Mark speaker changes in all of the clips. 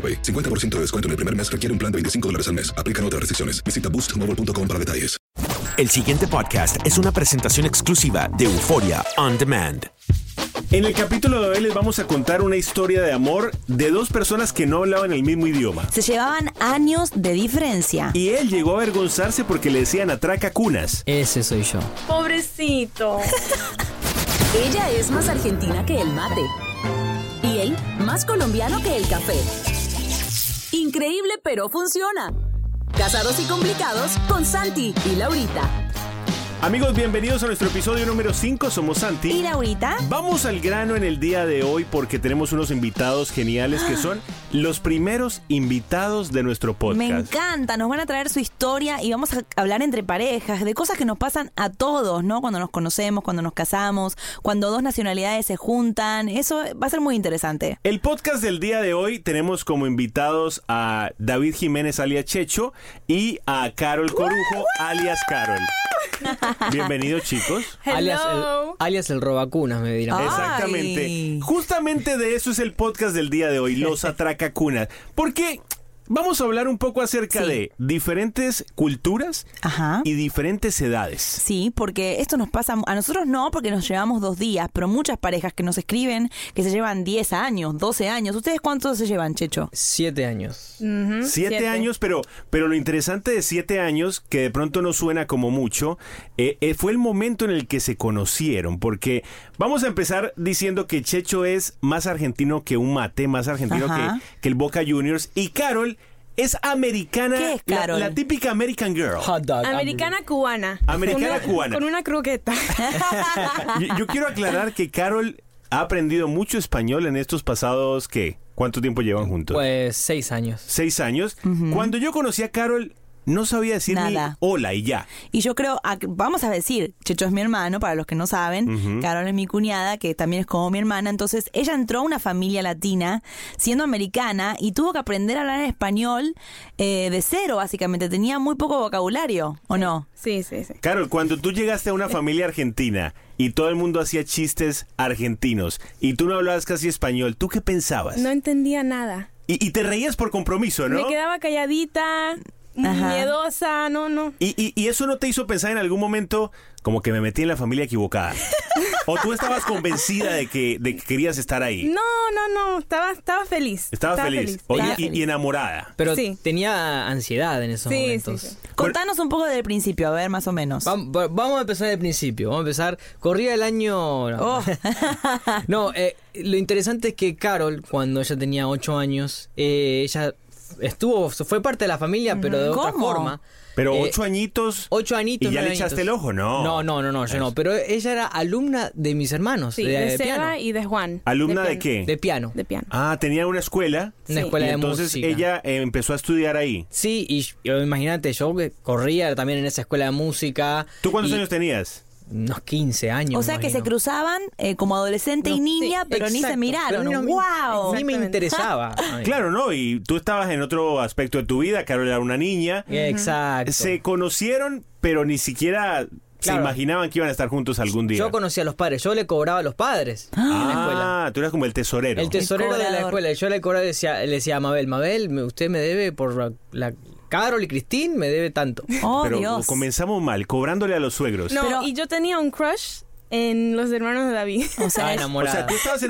Speaker 1: 50% de descuento en el primer mes requiere un plan de 25 dólares al mes. Aplican otras restricciones. Visita boostmobile.com para detalles.
Speaker 2: El siguiente podcast es una presentación exclusiva de Euforia On Demand.
Speaker 3: En el capítulo de hoy les vamos a contar una historia de amor de dos personas que no hablaban el mismo idioma.
Speaker 4: Se llevaban años de diferencia.
Speaker 3: Y él llegó a avergonzarse porque le decían atraca cunas.
Speaker 5: Ese soy yo.
Speaker 6: Pobrecito.
Speaker 7: Ella es más argentina que el mate. Y él, más colombiano que el café. Increíble, pero funciona. Casados y complicados con Santi y Laurita.
Speaker 3: Amigos, bienvenidos a nuestro episodio número 5. Somos Santi.
Speaker 4: ¿Y Laurita?
Speaker 3: Vamos al grano en el día de hoy porque tenemos unos invitados geniales que son los primeros invitados de nuestro podcast.
Speaker 4: Me encanta, nos van a traer su historia y vamos a hablar entre parejas de cosas que nos pasan a todos, ¿no? Cuando nos conocemos, cuando nos casamos, cuando dos nacionalidades se juntan. Eso va a ser muy interesante.
Speaker 3: El podcast del día de hoy tenemos como invitados a David Jiménez alias Checho y a Carol Corujo alias Carol. Bienvenidos chicos.
Speaker 5: Alias el, alias el robacunas, me dirán.
Speaker 4: Ay.
Speaker 3: Exactamente. Justamente de eso es el podcast del día de hoy, los atracacunas. Porque vamos a hablar un poco acerca
Speaker 4: Sí.
Speaker 3: de diferentes culturas
Speaker 4: Ajá.
Speaker 3: y diferentes edades.
Speaker 4: Sí, porque esto nos pasa, a nosotros no, porque nos llevamos dos días, pero muchas parejas que nos escriben que se llevan 10 años, 12 años. ¿Ustedes cuántos se llevan, Checho?
Speaker 5: Siete años.
Speaker 6: Ujú,
Speaker 3: Siete, años, pero, pero lo interesante de siete años, que de pronto no suena como mucho, eh, eh, fue el momento en el que se conocieron. Porque vamos a empezar diciendo que Checho es más argentino que un mate, más argentino
Speaker 4: Ajá.
Speaker 3: que, que el Boca Juniors. Y Carol es americana,
Speaker 4: ¿Qué es
Speaker 3: la-
Speaker 4: Carol?
Speaker 3: La, típica American Girl.
Speaker 5: Hot dog.
Speaker 6: Americana cubana.
Speaker 3: Americana
Speaker 6: Una-
Speaker 3: cubana.
Speaker 6: Con una croqueta.
Speaker 3: Yo, yo quiero aclarar que Carol ha aprendido mucho español en estos pasados, ¿qué? ¿Cuánto tiempo llevan juntos?
Speaker 5: Pues seis años.
Speaker 3: Seis años. Cuando yo conocí a Carol, no sabía decir ni
Speaker 4: Nada.
Speaker 3: hola y ya.
Speaker 4: Y yo creo, a- vamos a decir, Checho es mi hermano, para los que no saben, Carol es mi cuñada, que también es como mi hermana, entonces ella entró a una familia latina, siendo americana, y tuvo que aprender a hablar español eh, de cero, básicamente, tenía muy poco vocabulario, ¿o no?
Speaker 6: Sí, sí, Eh. sí.
Speaker 3: Carol, cuando tú llegaste a una familia argentina y todo el mundo hacía chistes argentinos y tú no hablabas casi español, ¿tú qué pensabas?
Speaker 6: No entendía nada.
Speaker 3: Y, y te reías por compromiso, ¿no?
Speaker 6: Me quedaba calladita,
Speaker 4: Ajá.
Speaker 6: miedosa, no, no.
Speaker 3: Y, y- y eso no te hizo pensar en algún momento como que me metí en la familia equivocada. o tú estabas convencida de que, de que querías estar ahí.
Speaker 6: No, no, no. Estaba, estaba feliz.
Speaker 3: Estabas feliz. Oye,
Speaker 4: Estaba
Speaker 3: y,
Speaker 4: feliz.
Speaker 3: y enamorada.
Speaker 5: Pero
Speaker 6: Sí.
Speaker 5: tenía ansiedad en esos
Speaker 6: Sí, sí,
Speaker 5: momentos.
Speaker 6: sí.
Speaker 4: Contanos un poco del principio, a ver, más o menos.
Speaker 5: Vam- va- Vamos a empezar del principio. Vamos a empezar. Corría el año. No,
Speaker 4: Oh.
Speaker 5: No, eh, lo interesante es que Carol, cuando ella tenía ocho años, eh, ella estuvo, fue parte de la familia, pero de otra
Speaker 3: ¿Cómo?
Speaker 5: forma.
Speaker 3: Pero
Speaker 5: Eh,
Speaker 3: ocho añitos.
Speaker 5: Ocho añitos.
Speaker 3: ¿Y ya
Speaker 5: nueve
Speaker 3: le echaste
Speaker 5: añitos.
Speaker 3: el ojo? No.
Speaker 5: No, no, no, no, yo no. Pero ella era alumna de mis hermanos.
Speaker 6: Sí,
Speaker 5: de,
Speaker 6: de,
Speaker 5: de
Speaker 6: Seba
Speaker 5: eh, piano.
Speaker 6: y de Juan.
Speaker 3: ¿Alumna de,
Speaker 6: piano.
Speaker 3: qué?
Speaker 5: De piano.
Speaker 6: De piano.
Speaker 3: Ah, tenía una escuela.
Speaker 5: Una Sí. escuela
Speaker 3: y
Speaker 5: de
Speaker 3: entonces
Speaker 5: música.
Speaker 3: ella eh, empezó a estudiar ahí.
Speaker 5: Sí, y yo- imagínate, yo que corría también en esa escuela de música.
Speaker 3: ¿Tú cuántos años tenías?
Speaker 5: Unos 15 años.
Speaker 4: O sea que se cruzaban eh, como adolescente y niña, pero ni se
Speaker 5: exacto,
Speaker 4: miraron.
Speaker 5: pero ni nos-
Speaker 4: ¡Wow!
Speaker 5: ni me interesaba. Ay.
Speaker 3: Claro, ¿no? Y tú estabas en otro aspecto de tu vida, Carol era una niña.
Speaker 5: Exacto.
Speaker 3: Se conocieron, pero ni siquiera se
Speaker 5: Claro.
Speaker 3: imaginaban que iban a estar juntos algún día.
Speaker 5: Yo conocía a los padres, yo le cobraba a los padres en la escuela.
Speaker 3: Ah, tú eras como el tesorero.
Speaker 5: El tesorero de la escuela, yo le cobraba, decía, le decía a Mabel, Mabel, me- usted me debe por la, la- Carol y Cristín me debe tanto.
Speaker 4: Oh,
Speaker 3: pero comenzamos mal, cobrándole a los suegros.
Speaker 6: No, y yo tenía un crush en los hermanos de David.
Speaker 5: O sea,
Speaker 3: O sea, tú
Speaker 6: Estaba
Speaker 3: estabas enamorada, de-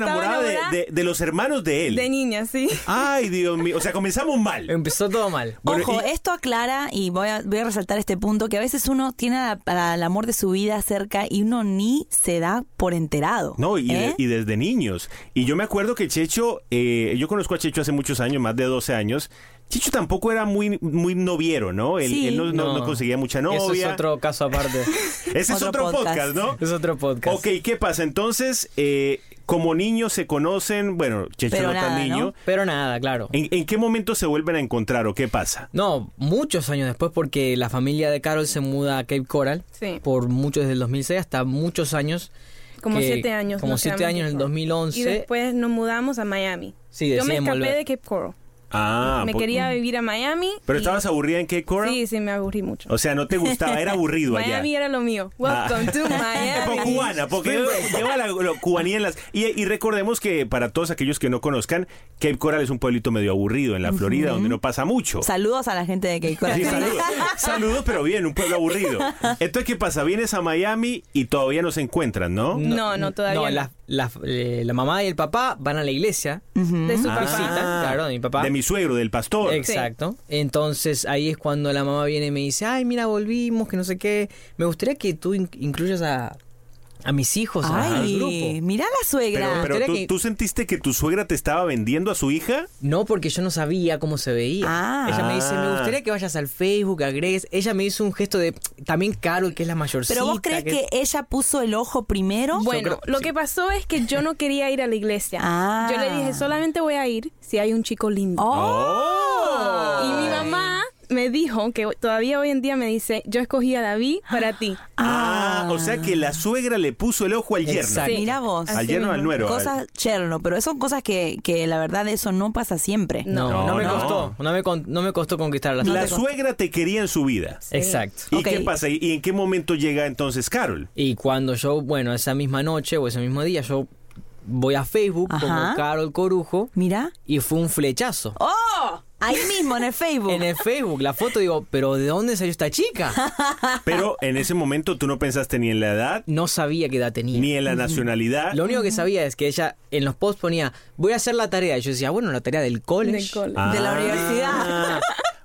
Speaker 6: enamorada
Speaker 3: de, de los hermanos de él.
Speaker 6: de niña, sí.
Speaker 3: Ay, Dios mío. O sea, comenzamos mal.
Speaker 5: Empezó todo mal.
Speaker 4: Ojo, esto aclara y voy a, voy a resaltar este punto que a veces uno tiene a- para el amor de su vida cerca y uno ni se da por enterado.
Speaker 3: No, y, de-
Speaker 4: ¿eh?
Speaker 3: y desde niños. Y yo me acuerdo que Checho, eh, yo conozco a Checho hace muchos años, más de 12 años. Checho tampoco era muy, muy noviero, ¿no? Él,
Speaker 5: Sí.
Speaker 3: él no, no-
Speaker 5: No.
Speaker 3: no conseguía mucha novia.
Speaker 5: Eso es otro caso aparte.
Speaker 3: Ese es otro podcast, ¿no?
Speaker 5: Es otro podcast.
Speaker 3: Ok, ¿qué pasa? Entonces, eh, como niños se conocen, bueno, Checho no tan niño.
Speaker 5: Pero nada, claro.
Speaker 3: ¿En, en qué momento se vuelven a encontrar o qué pasa?
Speaker 5: No, muchos años después, porque la familia de Carol se muda a Cape Coral
Speaker 6: Sí.
Speaker 5: por muchos desde el 2006 hasta muchos años.
Speaker 6: Como
Speaker 5: que-
Speaker 6: siete años.
Speaker 5: Como
Speaker 6: nos
Speaker 5: siete
Speaker 6: quedamos
Speaker 5: años en el
Speaker 6: Y
Speaker 5: 2011.
Speaker 6: después nos mudamos a Miami.
Speaker 5: Sí,
Speaker 6: yo me
Speaker 5: decidimos
Speaker 6: escapé
Speaker 5: volver.
Speaker 6: de Cape Coral.
Speaker 3: Ah,
Speaker 6: me
Speaker 3: po-
Speaker 6: quería vivir a Miami.
Speaker 3: Pero
Speaker 6: y-
Speaker 3: estabas aburrida en Cape Coral.
Speaker 6: Sí, sí, me aburrí mucho.
Speaker 3: O sea, no te gustaba, era aburrido allá.
Speaker 6: Miami era lo mío. Welcome
Speaker 3: Ah.
Speaker 6: to Miami.
Speaker 3: Por cubana, porque lleva la, lo- cubanía en las... Y, y recordemos que para todos aquellos que no conozcan, Cape Coral es un pueblito medio aburrido en la Florida,
Speaker 4: Ujú.
Speaker 3: donde no pasa mucho.
Speaker 4: Saludos a la gente de Cape Coral.
Speaker 3: Sí, saludos, saludos, pero bien, un pueblo aburrido. Entonces, ¿qué pasa? Vienes a Miami y todavía no se encuentran, ¿no?
Speaker 5: No, La, la- eh, la mamá y el papá van a la iglesia.
Speaker 6: De su
Speaker 5: Ah,
Speaker 6: papá.
Speaker 5: visitan, claro, de mi papá.
Speaker 3: De mi suegro, del pastor.
Speaker 5: Exacto. Entonces ahí es cuando la mamá viene y me dice, ay, mira, volvimos, que no sé qué. Me gustaría que tú in- incluyas a, a mis hijos al
Speaker 4: Ay,
Speaker 5: grupo.
Speaker 4: mirá la suegra.
Speaker 3: Ah, Pero, pero ¿tú, tú sentiste que tu suegra te estaba vendiendo a su hija?
Speaker 5: No, porque yo no sabía cómo se veía.
Speaker 6: Ah.
Speaker 5: Ella me dice, me gustaría que vayas al Facebook, agregues. Ella me hizo un gesto de, también Carol, que es la mayorcita.
Speaker 4: Pero vos crees que, ella puso el ojo primero.
Speaker 6: Bueno, lo que pasó es que yo no quería ir a la iglesia.
Speaker 4: Ah.
Speaker 6: Yo le dije, solamente voy a ir si hay un chico lindo.
Speaker 4: Oh.
Speaker 6: Y mi mamá me dijo que todavía hoy en día me dice, yo escogí a David para ti.
Speaker 3: Ah, o sea que la suegra le puso el ojo al yerno.
Speaker 4: Exacto. Mira vos.
Speaker 3: Al yerno, al nuero. al-
Speaker 4: Cosas cherno, pero son cosas que, que la verdad eso no pasa siempre.
Speaker 5: No, no, me costó. No me, con- no me costó conquistarla.
Speaker 3: La suegra te quería en su vida.
Speaker 5: Exacto.
Speaker 3: ¿Y qué pasa? ¿Y- ¿Y en qué momento llega entonces Carol?
Speaker 5: Y cuando yo, bueno, esa misma noche o ese mismo día, yo voy a Facebook
Speaker 4: Ajá.
Speaker 5: como Carol Corujo.
Speaker 4: Mira.
Speaker 5: Y fue un flechazo.
Speaker 4: ¡Oh! Ahí mismo, en el Facebook.
Speaker 5: En el Facebook, la foto, digo, pero ¿de dónde salió esta chica?
Speaker 3: Pero en ese momento tú no pensaste ni en la edad.
Speaker 5: No sabía qué edad tenía.
Speaker 3: Ni en la nacionalidad.
Speaker 5: Lo único que sabía es que ella en los posts ponía, voy a hacer la tarea. Y yo decía, bueno, la tarea del college.
Speaker 3: Ah.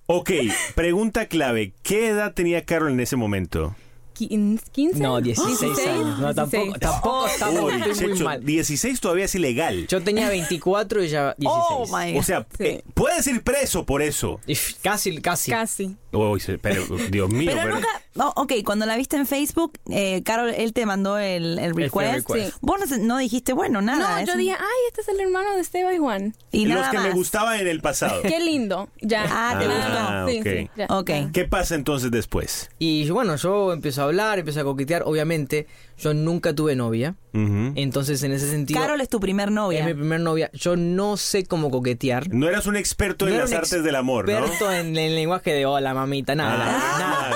Speaker 3: Ok, pregunta clave. ¿Qué edad tenía Carol en ese momento?
Speaker 6: Quin- ¿15?
Speaker 5: No, 16 años. No, tampoco,
Speaker 4: Oh,
Speaker 5: tampoco estaba
Speaker 3: Uy,
Speaker 5: estoy muy
Speaker 3: Checho,
Speaker 5: mal.
Speaker 3: 16 todavía es ilegal.
Speaker 5: Yo tenía 24 y ella 16.
Speaker 3: Oh, my God. O sea, eh, puedes ir preso por eso.
Speaker 5: Casi, casi.
Speaker 6: Casi.
Speaker 3: Uy, se- pero, Dios mío.
Speaker 4: Pero
Speaker 3: pero-
Speaker 4: nunca, no, ok, cuando la viste en Facebook, eh, Carol, él te mandó el, el request.
Speaker 3: request. Sí.
Speaker 4: Vos no, no dijiste, bueno, nada.
Speaker 6: No,
Speaker 4: es
Speaker 6: yo
Speaker 4: un-
Speaker 6: dije, ay, este es el hermano de Esteban y Juan.
Speaker 3: Los que me gustaban en el pasado.
Speaker 6: Qué lindo. Ya.
Speaker 3: Ah, te
Speaker 6: Ah,
Speaker 3: gustó.
Speaker 6: Sí, sí,
Speaker 3: ok.
Speaker 6: ya.
Speaker 3: ¿Qué pasa entonces después?
Speaker 5: Y bueno, yo empiezo a hablar, empiezo a coquetear. Obviamente, yo nunca tuve novia. Entonces, en ese sentido.
Speaker 4: Carol es tu primer novia.
Speaker 5: Es mi primer novia. Yo no sé cómo coquetear.
Speaker 3: No eras un experto en
Speaker 5: No era
Speaker 3: las
Speaker 5: un
Speaker 3: artes del amor, ¿no? Ah,
Speaker 5: Experto en el lenguaje de hola, mamita, nada.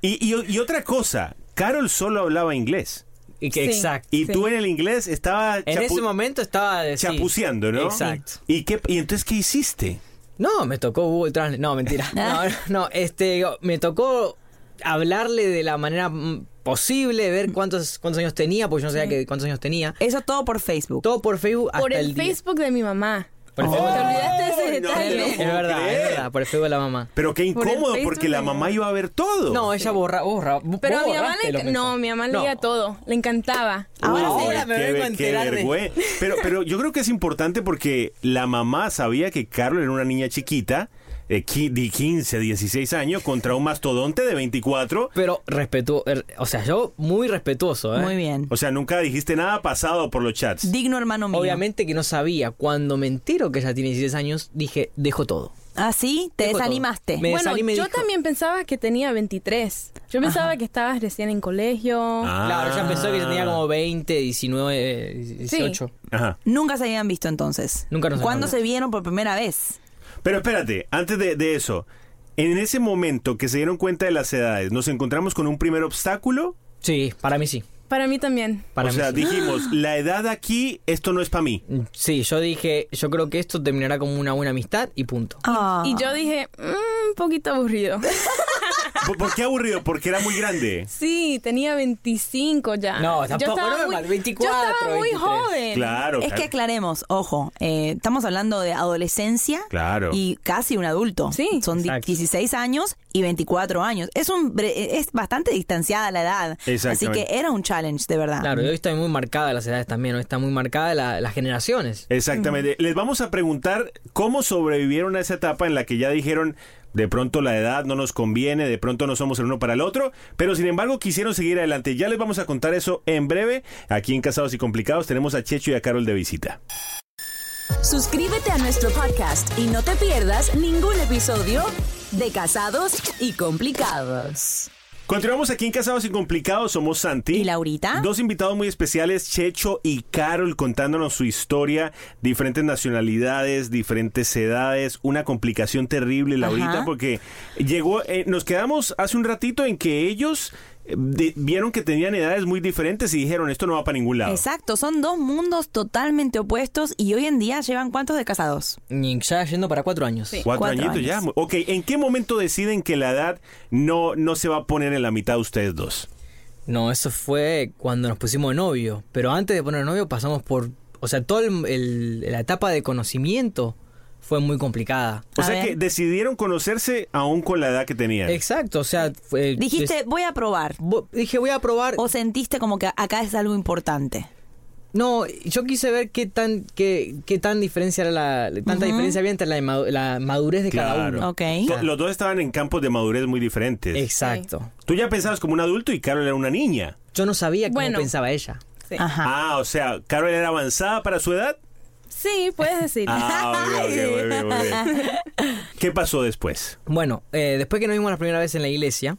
Speaker 3: Y, y- y otra cosa, Carol solo hablaba inglés.
Speaker 5: Y que- Sí, exacto.
Speaker 3: Y
Speaker 5: sí.
Speaker 3: tú en el inglés estaba
Speaker 5: En ese momento estaba sí.
Speaker 3: chapuceando, ¿no?
Speaker 5: Exacto.
Speaker 3: ¿Y qué y entonces qué hiciste?
Speaker 5: No, me tocó Google Translate. No, mentira. No, no, este, digo, me tocó hablarle de la manera mm, posible, ver cuántos, cuántos años tenía, porque yo no
Speaker 6: Mm.
Speaker 5: sabía que, cuántos años tenía.
Speaker 4: Eso todo por Facebook.
Speaker 5: Todo por Facebook hasta
Speaker 6: Por el,
Speaker 5: el día.
Speaker 6: Facebook de mi mamá.
Speaker 5: Por el
Speaker 6: Oh,
Speaker 5: Facebook.
Speaker 6: Te olvidaste de ese
Speaker 5: No,
Speaker 6: detalle.
Speaker 5: es verdad, es verdad, por el Facebook de la mamá.
Speaker 3: Pero qué
Speaker 6: Por el
Speaker 3: incómodo,
Speaker 6: Facebook
Speaker 3: porque la
Speaker 6: de-
Speaker 3: mamá iba a ver todo.
Speaker 5: No, ella borra, borra.
Speaker 6: Pero
Speaker 5: vos
Speaker 6: a mi mamá
Speaker 5: borraste
Speaker 6: le...
Speaker 5: los
Speaker 6: No,
Speaker 5: mensajes.
Speaker 6: mi mamá
Speaker 5: No.
Speaker 6: leía todo. Le encantaba.
Speaker 3: Uy,
Speaker 6: sí, ahora me
Speaker 3: qué
Speaker 6: vengo a
Speaker 3: ve- qué
Speaker 6: enterar de-
Speaker 3: vergüe- Pero, pero yo creo que es importante porque la mamá sabía que Carol era una niña chiquita, eh, qui- de 15, 16 años contra un mastodonte de 24.
Speaker 5: Pero respetuoso, o sea, yo muy respetuoso, ¿eh?
Speaker 4: Muy bien.
Speaker 3: O sea, nunca dijiste nada pasado por los chats.
Speaker 4: Digno hermano mío.
Speaker 5: Obviamente que no sabía. Cuando me entero que ella tiene 16 años, dije, dejo todo.
Speaker 4: ¿Ah, sí? Te
Speaker 5: Dejo todo.
Speaker 4: desanimaste.
Speaker 5: Me
Speaker 6: bueno,
Speaker 5: desanimé,
Speaker 6: yo
Speaker 5: dijo.
Speaker 6: también pensaba que tenía 23. Yo pensaba que estabas recién en colegio.
Speaker 5: Ah. Claro, ella pensó que yo
Speaker 3: Ah.
Speaker 5: tenía como 20, 19, eh, 18.
Speaker 3: Ajá.
Speaker 4: Nunca se habían visto entonces.
Speaker 3: Nunca nos
Speaker 4: ¿Cuándo
Speaker 3: habíamos
Speaker 4: se vieron por primera vez?
Speaker 3: Pero espérate, antes de, de eso, en ese momento que se dieron cuenta de las edades, ¿nos encontramos con un primer obstáculo?
Speaker 5: Sí, para mí sí.
Speaker 6: Para mí también.
Speaker 5: Para
Speaker 3: o
Speaker 5: mí
Speaker 3: sea,
Speaker 5: sí.
Speaker 3: dijimos, la edad aquí, esto no es para mí.
Speaker 5: Sí, yo dije, yo creo que esto terminará como una buena amistad y punto.
Speaker 6: Y yo dije, "Mm, un poquito aburrido.
Speaker 3: ¿Por, por qué aburrido? Porque era muy grande.
Speaker 6: Sí, tenía 25 ya.
Speaker 5: No,
Speaker 6: Yo
Speaker 5: tampoco,
Speaker 6: estaba
Speaker 5: no,
Speaker 6: muy-
Speaker 5: mal, 24,
Speaker 6: Yo estaba muy
Speaker 5: 23.
Speaker 6: joven.
Speaker 3: Claro,
Speaker 4: Es que
Speaker 3: claro.
Speaker 4: aclaremos, ojo, eh, estamos hablando de adolescencia
Speaker 3: Claro.
Speaker 4: y casi un adulto. Sí. Son di- 16 años y 24 años. Es un bre- eh, es bastante distanciada la edad. Así
Speaker 5: Exactamente.
Speaker 4: que era un challenge, de verdad.
Speaker 5: Claro, y hoy está muy marcada las edades también, hoy está muy marcada la- las generaciones.
Speaker 3: Exactamente. Les vamos a preguntar cómo sobrevivieron a esa etapa en la que ya dijeron, de pronto la edad no nos conviene, de pronto no somos el uno para el otro, pero sin embargo quisieron seguir adelante. Ya les vamos a contar eso en breve. Aquí en Casados y Complicados tenemos a Checho y a Carol de visita.
Speaker 7: Suscríbete a nuestro podcast y no te pierdas ningún episodio de Casados y Complicados.
Speaker 3: Continuamos aquí en Casados y Complicados, somos Santi. Y Laurita. Dos invitados muy especiales, Checho y Carol, contándonos su historia, diferentes nacionalidades, diferentes edades, una complicación terrible, Laurita,
Speaker 8: Ajá.
Speaker 3: porque llegó, eh, nos quedamos hace un ratito en que ellos eh, de- vieron que tenían edades muy diferentes y dijeron, esto no va para ningún lado.
Speaker 4: Exacto, son dos mundos totalmente opuestos y hoy en día llevan cuántos de casados?
Speaker 5: Ni ya yendo para cuatro años.
Speaker 3: Cuatro, añitos ya. mu- Ok, ¿en qué momento deciden que la edad no, no se va a poner en la mitad de ustedes dos?
Speaker 5: No, eso fue cuando nos pusimos de novio. Pero antes de poner novio pasamos por... O sea, toda la etapa de conocimiento fue muy complicada.
Speaker 3: O sea que decidieron conocerse aún con la edad que tenían.
Speaker 5: Exacto, o sea... fue-
Speaker 4: Dijiste, voy a probar.
Speaker 5: Dije, voy a probar.
Speaker 4: ¿O sentiste como que acá es algo importante?
Speaker 5: No, yo quise ver qué tan qué, qué tan diferencia era la tanta
Speaker 4: Ujú.
Speaker 5: diferencia había entre la, ma- la madurez de cada uno.
Speaker 3: To- Los dos estaban en campos de madurez muy diferentes.
Speaker 5: Exacto.
Speaker 3: Tú ya pensabas como un adulto y Carol era una niña.
Speaker 5: Yo no sabía cómo
Speaker 6: Bueno.
Speaker 5: pensaba ella.
Speaker 3: Ah, o sea, Carol era avanzada para su edad.
Speaker 6: Sí, puedes decir.
Speaker 3: Ah, ok, ok, muy bien, muy bien. ¿Qué pasó después?
Speaker 5: Bueno, eh, después que nos vimos la primera vez en la iglesia,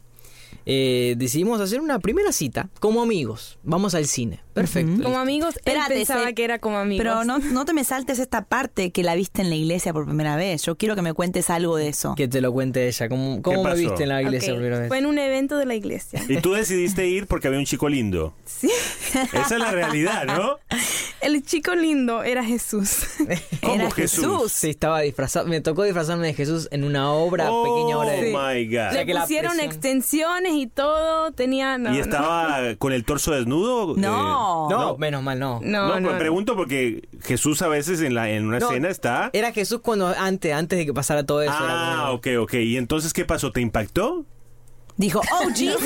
Speaker 5: eh, decidimos hacer una primera cita como amigos. Vamos al cine. Perfecto. listo.
Speaker 6: Como amigos, él
Speaker 4: Espérate,
Speaker 6: pensaba
Speaker 4: se-
Speaker 6: que era como amigos.
Speaker 4: Pero no, no te me saltes esta parte que la viste en la iglesia por primera vez. Yo quiero que me cuentes algo de eso.
Speaker 5: Que te lo cuente ella. ¿Cómo, cómo me
Speaker 3: pasó?
Speaker 5: viste en la iglesia
Speaker 6: Ok,
Speaker 5: por primera vez?
Speaker 6: Fue en un evento de la iglesia.
Speaker 3: Y tú decidiste ir porque había un chico lindo.
Speaker 6: Sí.
Speaker 3: Esa es la realidad, ¿no?
Speaker 6: El chico lindo era Jesús.
Speaker 3: Era Jesús? Jesús.
Speaker 5: Sí, estaba disfrazado. Me tocó disfrazarme de Jesús en una obra,
Speaker 3: Oh,
Speaker 5: pequeña obra de.
Speaker 3: my God.
Speaker 5: O sea,
Speaker 6: Le
Speaker 5: que la
Speaker 6: pusieron
Speaker 5: presión-
Speaker 6: extensiones y todo, tenía... no,
Speaker 3: ¿Y
Speaker 6: no.
Speaker 3: estaba con el torso desnudo?
Speaker 6: No.
Speaker 3: Eh,
Speaker 5: No, menos mal, no.
Speaker 3: No, pues pregunto porque Jesús a veces en, la, en una
Speaker 5: No,
Speaker 3: escena está...
Speaker 5: Era Jesús cuando antes, antes de que pasara todo eso. era como-
Speaker 3: Ah, ok, ok. ¿Y entonces qué pasó? ¿Te impactó?
Speaker 4: Dijo, oh Jesus.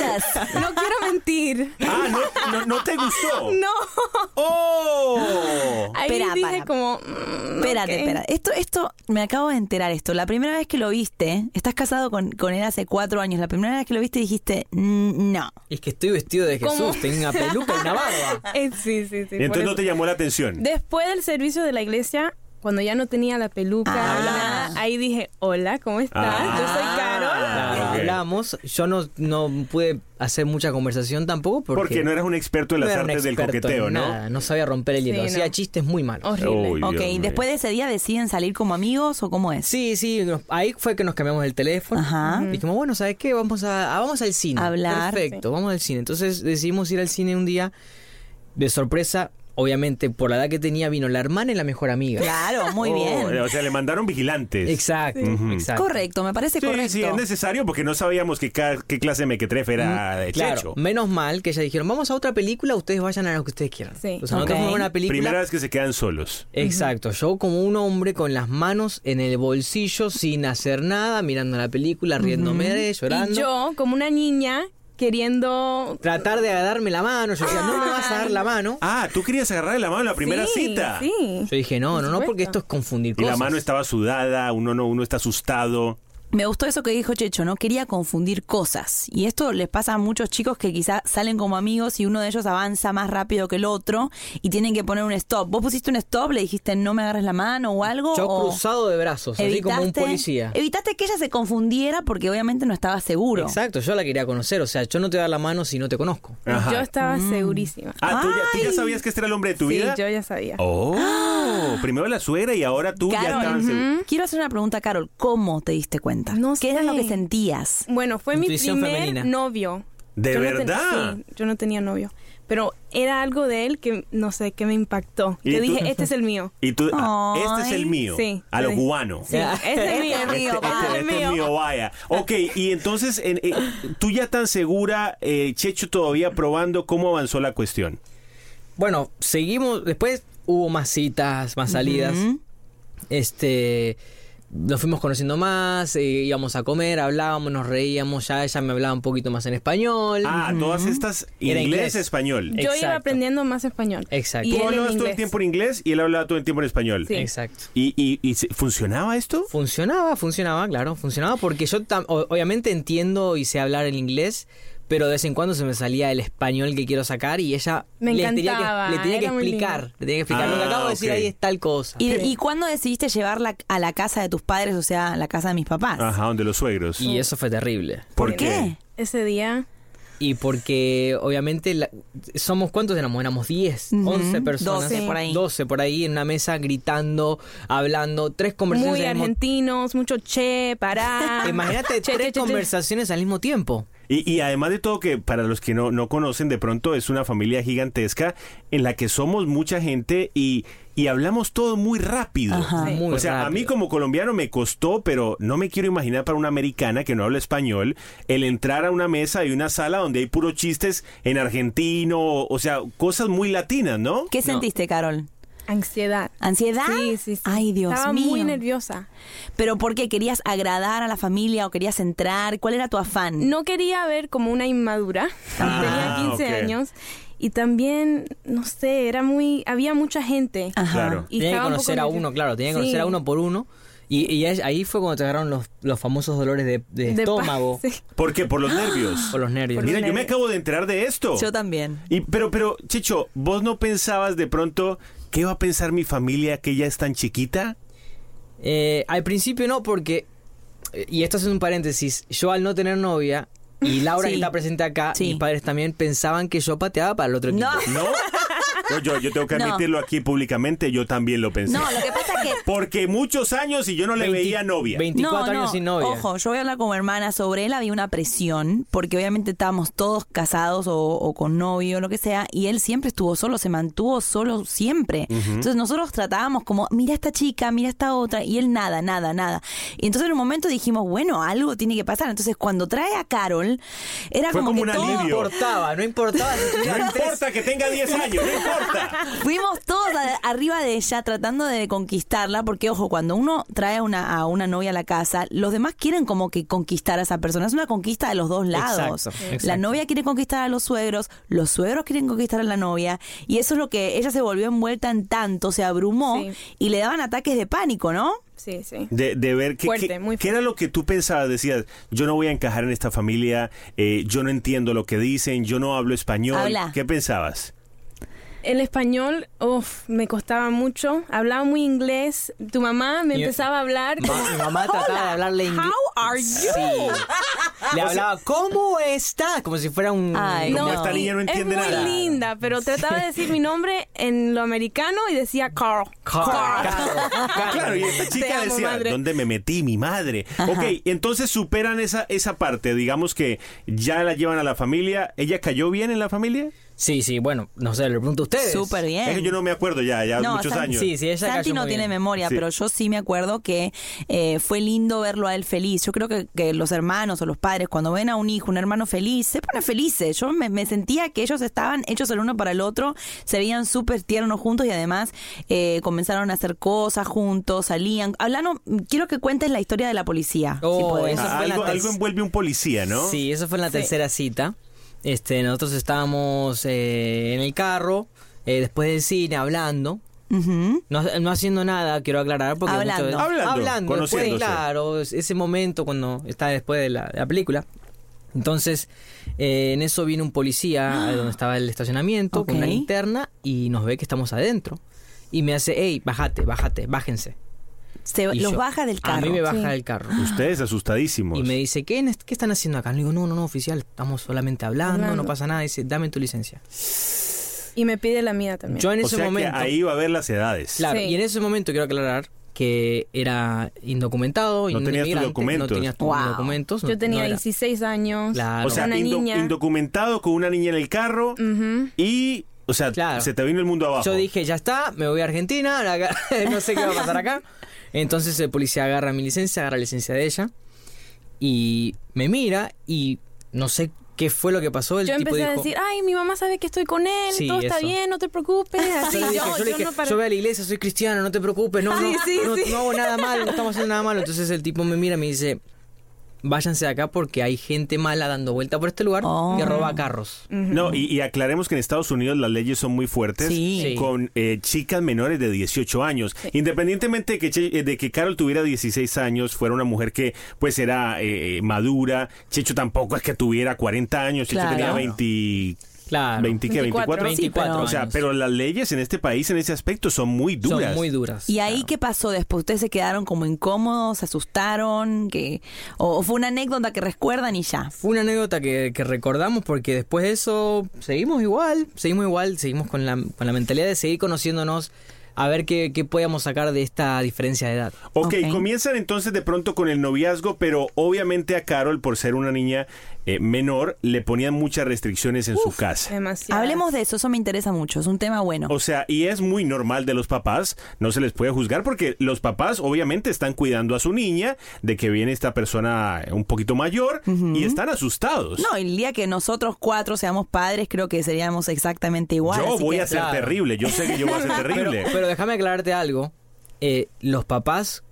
Speaker 6: No quiero mentir.
Speaker 3: Ah, no, no, no te gustó.
Speaker 6: No.
Speaker 3: ¡Oh!
Speaker 6: Ahí
Speaker 4: Espera,
Speaker 6: dije
Speaker 4: para.
Speaker 6: como... mm,
Speaker 4: Espérate, espera. Esto, esto, me acabo de enterar esto. La primera vez que lo viste, estás casado con, con él hace cuatro años. La primera vez que lo viste dijiste, "Mm, no.
Speaker 5: Es que estoy vestido de Jesús,
Speaker 6: ¿Cómo?
Speaker 5: tengo una peluca y una barba.
Speaker 6: Eh, sí, sí, sí.
Speaker 3: Y entonces
Speaker 6: por
Speaker 3: no te llamó la atención.
Speaker 6: Después del servicio de la iglesia, cuando ya no tenía la peluca, nada, ahí dije, hola, ¿cómo estás? Yo soy Carol.
Speaker 5: Ah, Claro,
Speaker 3: ok.
Speaker 5: Hablamos, yo no, no pude hacer mucha conversación tampoco porque,
Speaker 3: Porque no eras un experto en las
Speaker 5: no era un
Speaker 3: artes del
Speaker 5: experto en
Speaker 3: coqueteo, ¿no?
Speaker 5: nada, no sabía romper el hielo,
Speaker 4: Sí,
Speaker 5: hacía
Speaker 4: no.
Speaker 5: chistes muy malos.
Speaker 3: Uy,
Speaker 4: ok,
Speaker 3: Dios mío.
Speaker 4: después de ese día deciden salir como amigos o cómo es.
Speaker 5: Sí, sí, nos- ahí fue que nos cambiamos el teléfono.
Speaker 4: Ajá.
Speaker 6: Mm.
Speaker 3: Mm-hmm.
Speaker 5: Dijimos, bueno, ¿sabes qué? Vamos a, ah, vamos al cine.
Speaker 4: Hablar.
Speaker 5: Perfecto, vamos al cine. Entonces decidimos ir al cine un día de sorpresa. Obviamente, por la edad que tenía, vino la hermana y la mejor amiga.
Speaker 4: Claro, muy
Speaker 3: Oh,
Speaker 4: bien.
Speaker 3: O sea, le mandaron vigilantes.
Speaker 5: Exacto, exacto.
Speaker 4: Correcto, me parece
Speaker 3: Sí,
Speaker 4: correcto.
Speaker 3: sí, es necesario porque no sabíamos qué, ca- qué clase de mequetrefe era de
Speaker 5: Mm, Claro,
Speaker 3: Checho.
Speaker 5: menos mal que ellas dijeron, vamos a otra película, ustedes vayan a lo que ustedes quieran. O sea, nosotros
Speaker 3: Ok.
Speaker 5: fuimos a una película.
Speaker 3: Primera vez que se quedan solos.
Speaker 5: Exacto, yo como un hombre con las manos en el bolsillo, sin hacer nada, mirando la película, riéndome de, llorando.
Speaker 6: Y yo, como una niña, queriendo...
Speaker 5: Tratar de darme la mano, yo decía, no me vas a dar la mano.
Speaker 3: Ah, tú querías agarrar la mano en la primera
Speaker 6: Sí,
Speaker 3: cita.
Speaker 6: Ah, Sí.
Speaker 5: Yo dije, no, no, no, porque esto es confundir
Speaker 3: Y
Speaker 5: cosas.
Speaker 3: la mano estaba sudada, uno no, uno está asustado.
Speaker 4: Me gustó eso que dijo Checho, ¿no? Quería confundir cosas. Y esto les pasa a muchos chicos que quizás salen como amigos y uno de ellos avanza más rápido que el otro y tienen que poner un stop. ¿Vos pusiste un stop? ¿Le dijiste no me agarres la mano o algo?
Speaker 5: Yo
Speaker 6: Oh.
Speaker 4: o
Speaker 5: cruzado de brazos, así como un policía.
Speaker 4: Evitaste que ella se confundiera porque obviamente no estaba seguro.
Speaker 5: Exacto, yo la quería conocer, o sea, yo no te voy a dar la mano si no te conozco.
Speaker 6: Yo estaba
Speaker 5: Mm.
Speaker 6: segurísima.
Speaker 3: Ah, ¿tú ya, tú ya sabías que este era el hombre de tu
Speaker 6: Sí,
Speaker 3: vida?
Speaker 6: yo ya sabía.
Speaker 3: Oh, primero la suegra y ahora tú ya
Speaker 4: Carol,
Speaker 3: estabas seguro.
Speaker 4: ujú. quiero hacer una pregunta, Carol. ¿Cómo te diste cuenta? ¿Qué era lo que sentías?
Speaker 6: Bueno, fue mi
Speaker 4: Intuición
Speaker 6: primer
Speaker 4: femenina.
Speaker 6: novio.
Speaker 3: ¿De
Speaker 6: Yo no ten-
Speaker 3: verdad?
Speaker 6: sí, yo no tenía novio. Pero era algo de él que no sé, que me impactó.
Speaker 3: ¿Y
Speaker 6: Yo
Speaker 3: tú-
Speaker 6: dije, este es el mío.
Speaker 3: Y tú, ah, este es el
Speaker 6: Ay.
Speaker 3: mío.
Speaker 6: Sí,
Speaker 3: a lo
Speaker 6: sí.
Speaker 3: cubano.
Speaker 6: Sí, este es mío.
Speaker 3: Este, este es mío, vaya. Ok, y entonces, en- eh, tú ya tan segura, eh, Checho todavía probando cómo avanzó la cuestión.
Speaker 5: Bueno, seguimos. Después hubo más citas, más salidas.
Speaker 3: Ujú.
Speaker 5: Este. Nos fuimos conociendo más, eh, íbamos a comer, hablábamos, nos reíamos. Ya ella me hablaba un poquito más en español.
Speaker 3: Ah, todas estas
Speaker 5: Era
Speaker 3: inglés, español.
Speaker 6: Yo iba aprendiendo más español.
Speaker 5: Exacto.
Speaker 6: Y
Speaker 3: Tú
Speaker 6: él en
Speaker 3: hablabas todo el
Speaker 6: inglés.
Speaker 3: tiempo en inglés y él hablaba todo el tiempo en español.
Speaker 6: Sí.
Speaker 5: Exacto.
Speaker 3: ¿Y, y, y se- funcionaba esto?
Speaker 5: Funcionaba, funcionaba, claro, funcionaba porque yo tam- o- obviamente entiendo y sé hablar el inglés, pero de vez en cuando se me salía el español que quiero sacar y ella
Speaker 4: Me
Speaker 5: le tenía
Speaker 4: encantaba,
Speaker 5: que, le tenía que
Speaker 4: era muy
Speaker 5: explicar,
Speaker 4: lindo.
Speaker 5: le tenía que explicar lo que
Speaker 4: Ah,
Speaker 5: acabo de decir
Speaker 4: ok.
Speaker 5: ahí es tal cosa.
Speaker 4: ¿Y, y cuándo decidiste llevarla a la casa de tus padres, o sea, a la casa de mis papás?
Speaker 3: Ajá, donde los suegros.
Speaker 5: Y eso fue terrible.
Speaker 3: ¿Por
Speaker 5: qué?
Speaker 6: Ese día.
Speaker 5: Y porque obviamente la- somos cuántos éramos, éramos 10,
Speaker 4: Ujú,
Speaker 5: 11 personas,
Speaker 4: 12 por ahí.
Speaker 5: 12 por ahí en una mesa gritando, hablando, tres conversaciones
Speaker 6: Muy
Speaker 5: al mismo-
Speaker 6: argentinos, mucho che, pará.
Speaker 5: Imagínate
Speaker 6: Che, che,
Speaker 5: tres
Speaker 6: che, che.
Speaker 5: conversaciones al mismo tiempo.
Speaker 3: Y, y además de todo que para los que no, no conocen, de pronto es una familia gigantesca en la que somos mucha gente y, y hablamos todo muy rápido.
Speaker 5: Ajá. Sí. Muy
Speaker 3: o sea, a mí como colombiano me costó, pero no me quiero imaginar para una americana que no habla español, el entrar a una mesa y una sala donde hay puros chistes en argentino, o, o sea, cosas muy latinas, ¿no?
Speaker 4: ¿Qué
Speaker 3: No.
Speaker 4: sentiste, Carol?
Speaker 6: Ansiedad.
Speaker 4: ¿Ansiedad?
Speaker 6: Sí, sí, sí.
Speaker 4: Ay, Dios
Speaker 6: Estaba
Speaker 4: mío.
Speaker 6: muy nerviosa.
Speaker 4: ¿Pero por qué? ¿Querías agradar a la familia o querías entrar? ¿Cuál era tu afán?
Speaker 6: No quería ver como una inmadura.
Speaker 4: Ah,
Speaker 6: Tenía 15
Speaker 4: ok.
Speaker 6: años. Y también, no sé, era muy. Había mucha gente.
Speaker 5: Claro.
Speaker 6: Y
Speaker 5: tenía que
Speaker 6: estaba un poco
Speaker 5: conocer a
Speaker 6: nerviosa.
Speaker 5: uno, claro, tenía que conocer
Speaker 6: Sí.
Speaker 5: a uno por uno. Y, y ahí- ahí fue cuando te agarraron los, los famosos dolores de, de
Speaker 6: De pa-
Speaker 5: estómago.
Speaker 6: sí.
Speaker 3: ¿Por qué? Por los nervios.
Speaker 5: Por los nervios.
Speaker 3: Mira, yo me acabo de enterar de esto.
Speaker 4: Yo también.
Speaker 3: Y, pero, pero, Chicho, ¿vos no pensabas de pronto qué va a pensar mi familia que ya es tan chiquita?
Speaker 5: Eh, al principio no, porque. eh, Y esto es un paréntesis. Yo al no tener novia. Y Laura que
Speaker 4: Sí.
Speaker 5: está presente acá,
Speaker 4: Sí.
Speaker 5: mis padres también pensaban que yo pateaba para el otro equipo.
Speaker 4: No.
Speaker 3: ¿No? No, yo, yo tengo que
Speaker 4: No.
Speaker 3: admitirlo aquí públicamente, yo también lo pensé.
Speaker 4: No, lo que pasa es que
Speaker 3: Porque muchos años y yo no le veía novia.
Speaker 4: No, no, Ojo, yo voy a hablar con mi hermana sobre él. Había una presión, porque obviamente estábamos todos casados o, o con novio, lo que sea, y él siempre estuvo solo, se mantuvo solo siempre.
Speaker 7: Ujú.
Speaker 4: Entonces nosotros tratábamos como, mira esta chica, mira esta otra, y él nada, nada, nada. Y entonces en un momento dijimos, bueno, algo tiene que pasar. Entonces cuando trae a Carol, era
Speaker 5: Fue
Speaker 4: como,
Speaker 5: como
Speaker 4: que
Speaker 5: un
Speaker 4: todo-
Speaker 5: alivio. No importaba, no importaba.
Speaker 3: No importa que tenga 10 años, no importa.
Speaker 4: Fuimos todos a- arriba de ella tratando de conquistarla, porque ojo, cuando uno trae a una, a una novia a la casa, los demás quieren como que conquistar a esa persona. Es una conquista de los dos lados.
Speaker 5: Exacto, exacto.
Speaker 4: La novia quiere conquistar a los suegros, los suegros quieren conquistar a la novia, y eso es lo que ella se volvió envuelta en tanto, se abrumó y le daban ataques de pánico, ¿no?
Speaker 6: Sí, sí.
Speaker 3: De, de ver qué-
Speaker 6: Fuerte,
Speaker 3: qué,
Speaker 6: muy
Speaker 3: qué era lo que tú pensabas. Decías, yo no voy a encajar en esta familia, eh, yo no entiendo lo que dicen, yo no hablo español.
Speaker 6: Habla.
Speaker 3: ¿Qué pensabas?
Speaker 6: El español, uff, me costaba mucho. Hablaba muy inglés. Tu mamá me
Speaker 5: Y-
Speaker 6: empezaba a hablar.
Speaker 5: Ma- mi mamá trataba de hablarle inglés.
Speaker 6: How are you?
Speaker 5: Le hablaba, ¿cómo está? Como si fuera un. como
Speaker 6: y es muy linda, pero trataba de decir mi nombre en lo americano y decía Carl.
Speaker 3: Carl. Claro, y esta
Speaker 6: Te
Speaker 3: chica
Speaker 6: amo,
Speaker 3: decía,
Speaker 6: madre.
Speaker 3: ¿dónde me metí mi madre?
Speaker 6: Ajá.
Speaker 3: Ok, entonces superan esa, esa parte, digamos que ya la llevan a la familia. ¿Ella cayó bien en la familia?
Speaker 5: Sí, sí, bueno, no sé, le pregunto a
Speaker 6: pues.
Speaker 5: ustedes.
Speaker 4: Súper bien.
Speaker 3: Es que yo no me acuerdo ya, ya
Speaker 4: No,
Speaker 3: muchos
Speaker 4: Santi-
Speaker 3: años.
Speaker 4: Santi no tiene memoria,
Speaker 3: Sí.
Speaker 4: pero yo sí me acuerdo que eh, fue lindo verlo a él feliz. Yo creo que, que los hermanos o los padres, cuando ven a un hijo, un hermano feliz, se ponen felices. Yo me, me sentía que ellos estaban hechos el uno para el otro, se veían súper tiernos juntos y además eh, comenzaron a hacer cosas juntos, salían. Hablando, quiero que cuentes la historia de la policía.
Speaker 5: Oh,
Speaker 4: si podés.
Speaker 5: esa
Speaker 3: Ah,
Speaker 5: fue la
Speaker 3: algo,
Speaker 5: terc-
Speaker 3: algo envuelve un policía, ¿no?
Speaker 5: Sí, eso fue en la tercera cita. Este, nosotros estábamos eh, en el carro, eh, después del cine, hablando. No, no haciendo nada, quiero aclarar, porque
Speaker 4: Hablando.
Speaker 5: muchas veces-
Speaker 4: Hablando,
Speaker 5: hablando después,
Speaker 4: conociéndose.
Speaker 5: claro, es- ese momento cuando está después de la, de la película. Entonces, eh, en eso viene un policía a donde estaba el estacionamiento con una
Speaker 4: Ah. Ok.
Speaker 5: linterna y nos ve que estamos adentro. Y me hace, hey, bájate, bájate, bájense.
Speaker 4: Se-
Speaker 5: Y
Speaker 4: los
Speaker 5: yo-
Speaker 4: baja del
Speaker 5: A
Speaker 4: carro.
Speaker 5: mí me baja
Speaker 4: Sí.
Speaker 5: del carro.
Speaker 3: Ustedes asustadísimos.
Speaker 5: Y me dice, ¿qué, en- qué están haciendo acá? Le digo, no, no, no, oficial, estamos solamente hablando,
Speaker 6: Hablando.
Speaker 5: no pasa nada. Dice, dame tu licencia.
Speaker 6: Y me pide la mía también.
Speaker 5: Yo en
Speaker 3: O
Speaker 5: ese
Speaker 3: sea que
Speaker 5: momento.
Speaker 3: ahí va a ver las edades.
Speaker 5: Claro, y en ese momento quiero aclarar que era indocumentado.
Speaker 3: No tenías tus
Speaker 5: inmigrante,
Speaker 3: documentos.
Speaker 5: No tenías tus
Speaker 6: Wow.
Speaker 5: documentos. no-
Speaker 6: Yo tenía
Speaker 5: no era.
Speaker 6: 16 años.
Speaker 5: Claro.
Speaker 3: O sea,
Speaker 6: una
Speaker 3: indo-
Speaker 6: niña.
Speaker 3: indocumentado con una niña en el carro
Speaker 6: Ujú.
Speaker 3: y, o sea, se te vino el mundo abajo.
Speaker 5: Yo dije, ya está, me voy a Argentina, ahora acá- no sé qué va a pasar acá. Entonces el policía agarra mi licencia, agarra la licencia de ella y me mira y no sé qué fue lo que pasó. El
Speaker 6: Yo
Speaker 5: tipo
Speaker 6: empecé
Speaker 5: dijo,
Speaker 6: a decir, ay, mi mamá sabe que estoy con él,
Speaker 5: Sí,
Speaker 6: todo está
Speaker 5: eso.
Speaker 6: bien, no te preocupes. Así,
Speaker 5: yo,
Speaker 6: yo,
Speaker 5: le dije, yo le
Speaker 6: yo
Speaker 5: dije,
Speaker 6: no paré.
Speaker 5: "Yo voy a la iglesia, soy cristiano, no te preocupes, no,
Speaker 6: Sí,
Speaker 5: no,
Speaker 6: sí,
Speaker 5: no,
Speaker 6: sí.
Speaker 5: no hago nada malo, no estamos haciendo nada malo. Entonces el tipo me mira y me dice, váyanse de acá porque hay gente mala dando vuelta por este lugar que roba carros.
Speaker 3: No, y, y aclaremos que en Estados Unidos las leyes son muy fuertes
Speaker 5: Sí.
Speaker 3: con eh, chicas menores de 18 años. Independientemente de que, Che- eh, de que Carol tuviera 16 años, fuera una mujer que pues era eh, madura, Checho tampoco es que tuviera 40 años, Checho
Speaker 5: Claro.
Speaker 3: tenía 20...
Speaker 5: Claro.
Speaker 3: 20, ¿qué? 24,
Speaker 5: 24, sí, pero-
Speaker 3: o sea, pero las leyes en este país en ese aspecto son muy duras.
Speaker 5: muy duras.
Speaker 4: ¿Y ahí qué pasó después? ¿Ustedes se quedaron como incómodos, se asustaron? que o, o fue una anécdota que recuerdan y ya?
Speaker 5: Fue una anécdota que, que recordamos porque después de eso seguimos igual, seguimos igual, seguimos con la, con la mentalidad de seguir conociéndonos a ver qué, qué podíamos sacar de esta diferencia de edad.
Speaker 3: ok, comienzan entonces de pronto con el noviazgo, pero obviamente a Carol, por ser una niña eh, menor, le ponían muchas restricciones en su casa.
Speaker 4: Hablemos de eso, eso me interesa mucho, es un tema bueno.
Speaker 3: O sea, y es muy normal de los papás, no se les puede juzgar porque los papás obviamente están cuidando a su niña de que viene esta persona un poquito mayor y están asustados.
Speaker 4: No, el día que nosotros cuatro seamos padres, creo que seríamos exactamente igual.
Speaker 3: yo
Speaker 4: así
Speaker 3: voy
Speaker 4: que-
Speaker 3: a ser terrible, yo sé que yo voy a ser terrible.
Speaker 5: Pero, pero déjame aclararte algo. Eh, los papás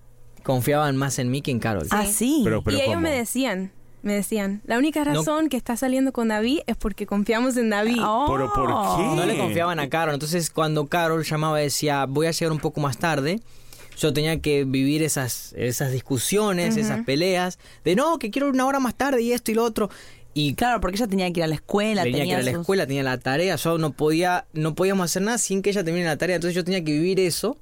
Speaker 5: confiaban más en mí que en Carol.
Speaker 6: Ah,
Speaker 4: sí.
Speaker 6: y ellos me decían, me decían, la única
Speaker 5: No.
Speaker 6: razón que está saliendo con David es porque confiamos en David.
Speaker 4: Ah, oh,
Speaker 3: Pero ¿por qué?
Speaker 5: No le confiaban a Carol. Entonces, cuando Carol llamaba y decía, voy a llegar un poco más tarde, yo tenía que vivir esas, esas discusiones,
Speaker 4: Ujú.
Speaker 5: esas peleas, de no, que quiero una hora más tarde y esto y lo otro. Y
Speaker 4: claro, porque ella tenía que ir a la escuela,
Speaker 5: tenía, que ir a la
Speaker 4: sus-
Speaker 5: escuela, tenía la tarea, yo no podía, no podíamos hacer nada sin que ella termine la tarea, entonces yo tenía que vivir eso.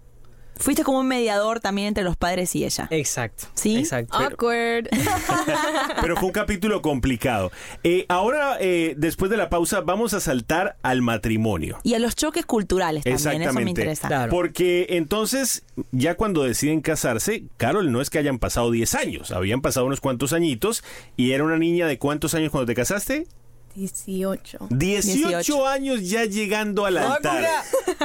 Speaker 4: Fuiste como un mediador también entre los padres y ella.
Speaker 5: Exacto.
Speaker 4: ¿Sí?
Speaker 5: Exacto.
Speaker 6: Awkward.
Speaker 3: Pero fue un capítulo complicado. Eh, ahora, eh, después de la pausa, vamos a saltar al matrimonio.
Speaker 4: Y a los choques culturales también, eso me interesa.
Speaker 3: Porque entonces, ya cuando deciden casarse, Carol no es que hayan pasado 10 años, habían pasado unos cuantos añitos y era una niña de cuántos años cuando te casaste?
Speaker 6: 18.
Speaker 3: 18, años ya llegando al altar.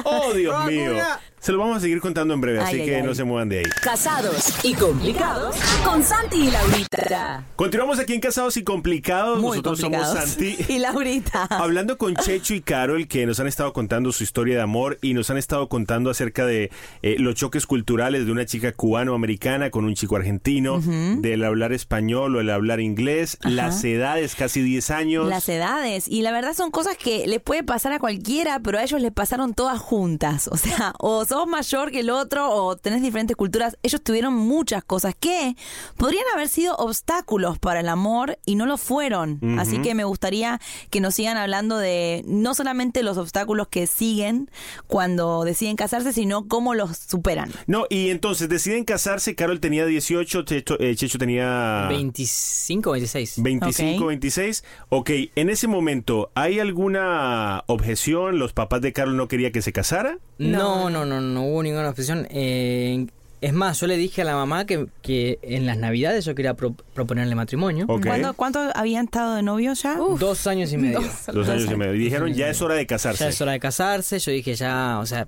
Speaker 3: Oh, Dios mío. Se lo vamos a seguir contando en breve, así
Speaker 7: Ay, ay,
Speaker 3: que
Speaker 7: ay.
Speaker 3: no se muevan de ahí.
Speaker 7: Casados y complicados con Santi y Laurita.
Speaker 3: Continuamos aquí en Casados y Complicados.
Speaker 7: Muy
Speaker 3: Nosotros somos
Speaker 7: complicados.
Speaker 3: Santi.
Speaker 4: Y Laurita.
Speaker 3: Hablando con Checho y Carol, que nos han estado contando su historia de amor y nos han estado contando acerca de eh, los choques culturales de una chica cubano-americana con un chico argentino,
Speaker 4: Ujú.
Speaker 3: del hablar español o el hablar inglés,
Speaker 4: Ajá.
Speaker 3: las edades, casi 10 años.
Speaker 4: Las edades. Y la verdad son cosas que le puede pasar a cualquiera, pero a ellos les pasaron todas juntas. O sea, o sos mayor que el otro, o tenés diferentes culturas. Ellos tuvieron muchas cosas que podrían haber sido obstáculos para el amor y no lo fueron.
Speaker 7: Ujú.
Speaker 4: Así que me gustaría que nos sigan hablando de no solamente los obstáculos que siguen cuando deciden casarse, sino cómo los superan.
Speaker 3: No, y entonces deciden casarse. Carol tenía 18, Checho, eh, Checho
Speaker 4: Ah.
Speaker 3: tenía.
Speaker 5: 25, 26.
Speaker 3: 25,
Speaker 5: Ok.
Speaker 3: 26. Ok, en ese momento, ¿hay alguna objeción? ¿Los papás de Carol no quería que se casara?
Speaker 5: No, no, no, no hubo ninguna objeción. Eh, es más, yo le dije a la mamá que, que en las navidades yo quería pro- proponerle matrimonio.
Speaker 4: ¿Cuándo- ¿Cuánto habían estado de novios ya?
Speaker 5: Dos años y medio.
Speaker 3: Dos años y medio. Y Dijeron, ya es hora de
Speaker 5: Ya
Speaker 3: casarse.
Speaker 5: es hora de casarse. Yo dije, ya, o sea,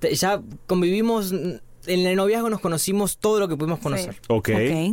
Speaker 5: te- ya convivimos mm, en el noviazgo nos conocimos todo lo que pudimos conocer.
Speaker 3: Ok.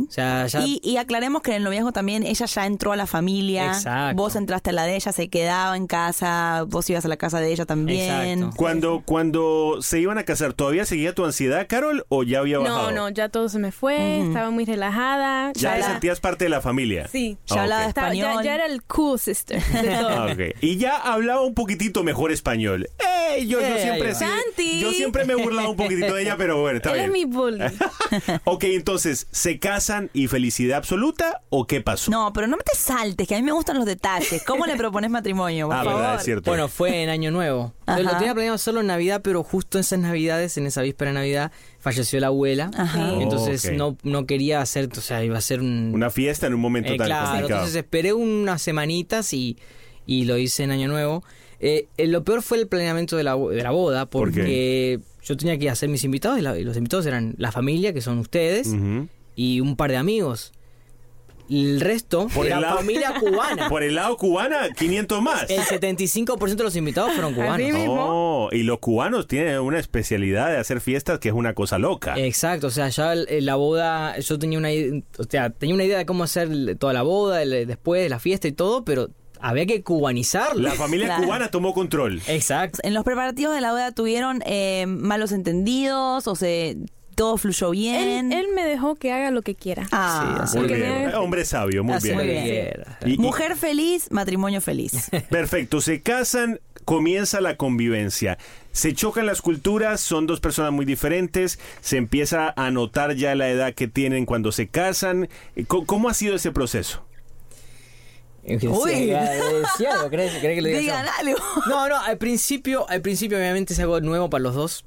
Speaker 5: O sea, ya.
Speaker 4: Y, y aclaremos que en el noviazgo también ella ya entró a la familia.
Speaker 5: Exacto.
Speaker 4: Vos entraste a la de ella, se quedaba en casa, vos ibas a la casa de ella también.
Speaker 3: Cuando, cuando se iban a casar, ¿todavía seguía tu ansiedad, Carol, o ya había bajado?
Speaker 6: No, no, ya todo se me fue, estaba muy relajada.
Speaker 3: Ya te
Speaker 6: la-
Speaker 3: sentías parte de la familia.
Speaker 6: Sí,
Speaker 3: Ah, ok.
Speaker 6: Estaba- ya- Ya, era el cool sister. de todo.
Speaker 3: Ah, ok. Y ya hablaba un poquitito mejor español. ¡Ey! Yo, yo
Speaker 6: Eh,
Speaker 3: siempre,
Speaker 6: ahí va. Santi.
Speaker 3: yo siempre me he burlado un poquitito de ella, pero bueno, está
Speaker 6: Él es
Speaker 3: bien.
Speaker 6: mi bully.
Speaker 3: Ok, entonces, ¿se casan y felicidad absoluta o qué pasó?
Speaker 4: No, pero no me te saltes, que a mí me gustan los detalles. ¿Cómo le propones matrimonio? por
Speaker 3: Ah,
Speaker 4: favor?
Speaker 3: verdad, es cierto.
Speaker 5: Bueno, fue en Año Nuevo. Entonces,
Speaker 4: Ajá.
Speaker 5: lo tenía planeado hacerlo en Navidad, pero justo en esas Navidades, en esa víspera de Navidad, falleció la abuela.
Speaker 4: Ajá.
Speaker 3: Oh,
Speaker 5: Entonces
Speaker 3: ok.
Speaker 5: no, no quería hacer, o sea, iba a ser un...
Speaker 3: Una fiesta en un momento
Speaker 5: Eh,
Speaker 3: tan
Speaker 5: claro,
Speaker 3: complicado.
Speaker 5: entonces esperé unas semanitas y, y lo hice en Año Nuevo. Eh, eh, lo peor fue el planeamiento de la, bo- de la boda,
Speaker 3: ¿Por qué?
Speaker 5: porque yo tenía que hacer mis invitados y, la- y los invitados eran la familia, que son ustedes,
Speaker 3: Ujú.
Speaker 5: y un par de amigos. Y el resto
Speaker 3: Por
Speaker 5: era
Speaker 3: el lado-
Speaker 5: familia cubana.
Speaker 3: Por el lado cubana, 500 más.
Speaker 5: El 75% de los invitados fueron
Speaker 6: Así
Speaker 5: cubanos.
Speaker 6: mismo.
Speaker 3: Oh, y los cubanos tienen una especialidad de hacer fiestas que es una cosa loca.
Speaker 5: Exacto, o sea, ya el- el- la boda, yo tenía una, i- o sea, tenía una idea de cómo hacer el- toda la boda, el- después de la fiesta y todo, pero había que cubanizarla.
Speaker 3: la familia
Speaker 4: Claro.
Speaker 3: cubana tomó control.
Speaker 5: Exacto.
Speaker 4: En los preparativos de la boda tuvieron eh, malos entendidos o se todo fluyó bien.
Speaker 6: Él, él me dejó que haga lo que quiera.
Speaker 4: Ah,
Speaker 5: Sí,
Speaker 3: Muy
Speaker 6: Porque
Speaker 3: bien.
Speaker 6: me-
Speaker 3: Eh, Hombre sabio, muy
Speaker 4: Así
Speaker 3: bien.
Speaker 4: muy bien.
Speaker 3: Y- y-
Speaker 4: Mujer feliz, matrimonio feliz.
Speaker 3: perfecto, se casan, comienza la convivencia. Se chocan las culturas, son dos personas muy diferentes, se empieza a notar ya la edad que tienen cuando se casan. Eh, co- ¿Cómo ha sido ese proceso?
Speaker 4: Uy.
Speaker 5: ¿crees, crees que lo diga
Speaker 4: Digan
Speaker 5: yo?
Speaker 4: algo.
Speaker 5: No, no, al principio, al principio obviamente es algo nuevo para los dos.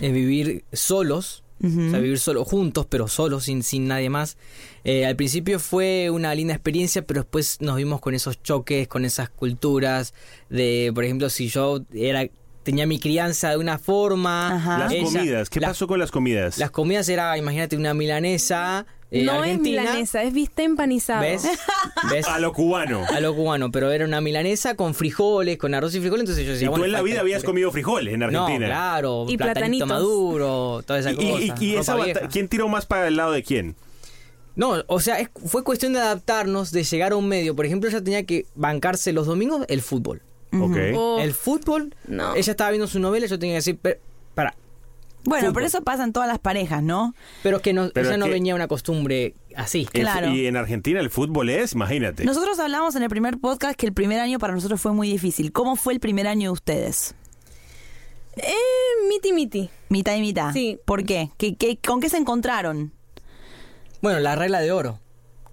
Speaker 5: Es vivir solos. O sea, vivir solo, juntos, pero solos, sin, sin nadie más. Eh, al principio fue una linda experiencia, pero después nos vimos con esos choques, con esas culturas. De, por ejemplo, si yo era tenía mi crianza de una forma.
Speaker 4: Ajá. Ah,
Speaker 3: las
Speaker 5: ella-
Speaker 3: comidas, ¿qué
Speaker 5: las-
Speaker 3: pasó con las comidas?
Speaker 5: Las comidas era, imagínate, una milanesa. eh,
Speaker 6: no es
Speaker 5: argentina.
Speaker 6: milanesa, es viste empanizado.
Speaker 5: ¿Ves? ¿Ves?
Speaker 3: A lo cubano.
Speaker 5: a lo cubano, pero era una milanesa con frijoles, con arroz y frijoles, entonces yo
Speaker 3: Y
Speaker 5: decía,
Speaker 3: tú
Speaker 5: bueno,
Speaker 3: en la
Speaker 5: falta
Speaker 3: vida
Speaker 5: de
Speaker 3: habías
Speaker 5: puré.
Speaker 3: comido frijoles en Argentina.
Speaker 5: No, claro,
Speaker 6: Y
Speaker 5: platanito
Speaker 6: platanitos.
Speaker 5: maduro, toda esa cosa.
Speaker 3: Y- y- y esa
Speaker 5: ropa
Speaker 3: bata-
Speaker 5: vieja.
Speaker 3: ¿Quién tiró más para el lado de quién?
Speaker 5: No, o sea, es- fue cuestión de adaptarnos, de llegar a un medio. Por ejemplo, ella tenía que bancarse los domingos el fútbol.
Speaker 3: Ok.
Speaker 4: Oh,
Speaker 6: O-
Speaker 5: El fútbol,
Speaker 6: Oh. No.
Speaker 5: ella estaba viendo su novela, yo tenía que decir, pero, para.
Speaker 4: Bueno,
Speaker 5: Fútbol.
Speaker 4: pero eso pasa en todas las parejas, ¿no?
Speaker 5: Pero es que no,
Speaker 3: Pero
Speaker 5: ella
Speaker 3: es
Speaker 5: no
Speaker 3: que-
Speaker 5: venía una costumbre así.
Speaker 3: El fu-
Speaker 4: claro.
Speaker 3: Y en Argentina el fútbol es, imagínate.
Speaker 4: Nosotros hablamos en el primer podcast que el primer año para nosotros fue muy difícil. ¿Cómo fue el primer año de ustedes?
Speaker 6: Eh, miti miti.
Speaker 4: Mitad y mitad.
Speaker 6: Sí.
Speaker 4: ¿Por qué? ¿Qué, qué- con qué se encontraron?
Speaker 5: Bueno, la regla de oro,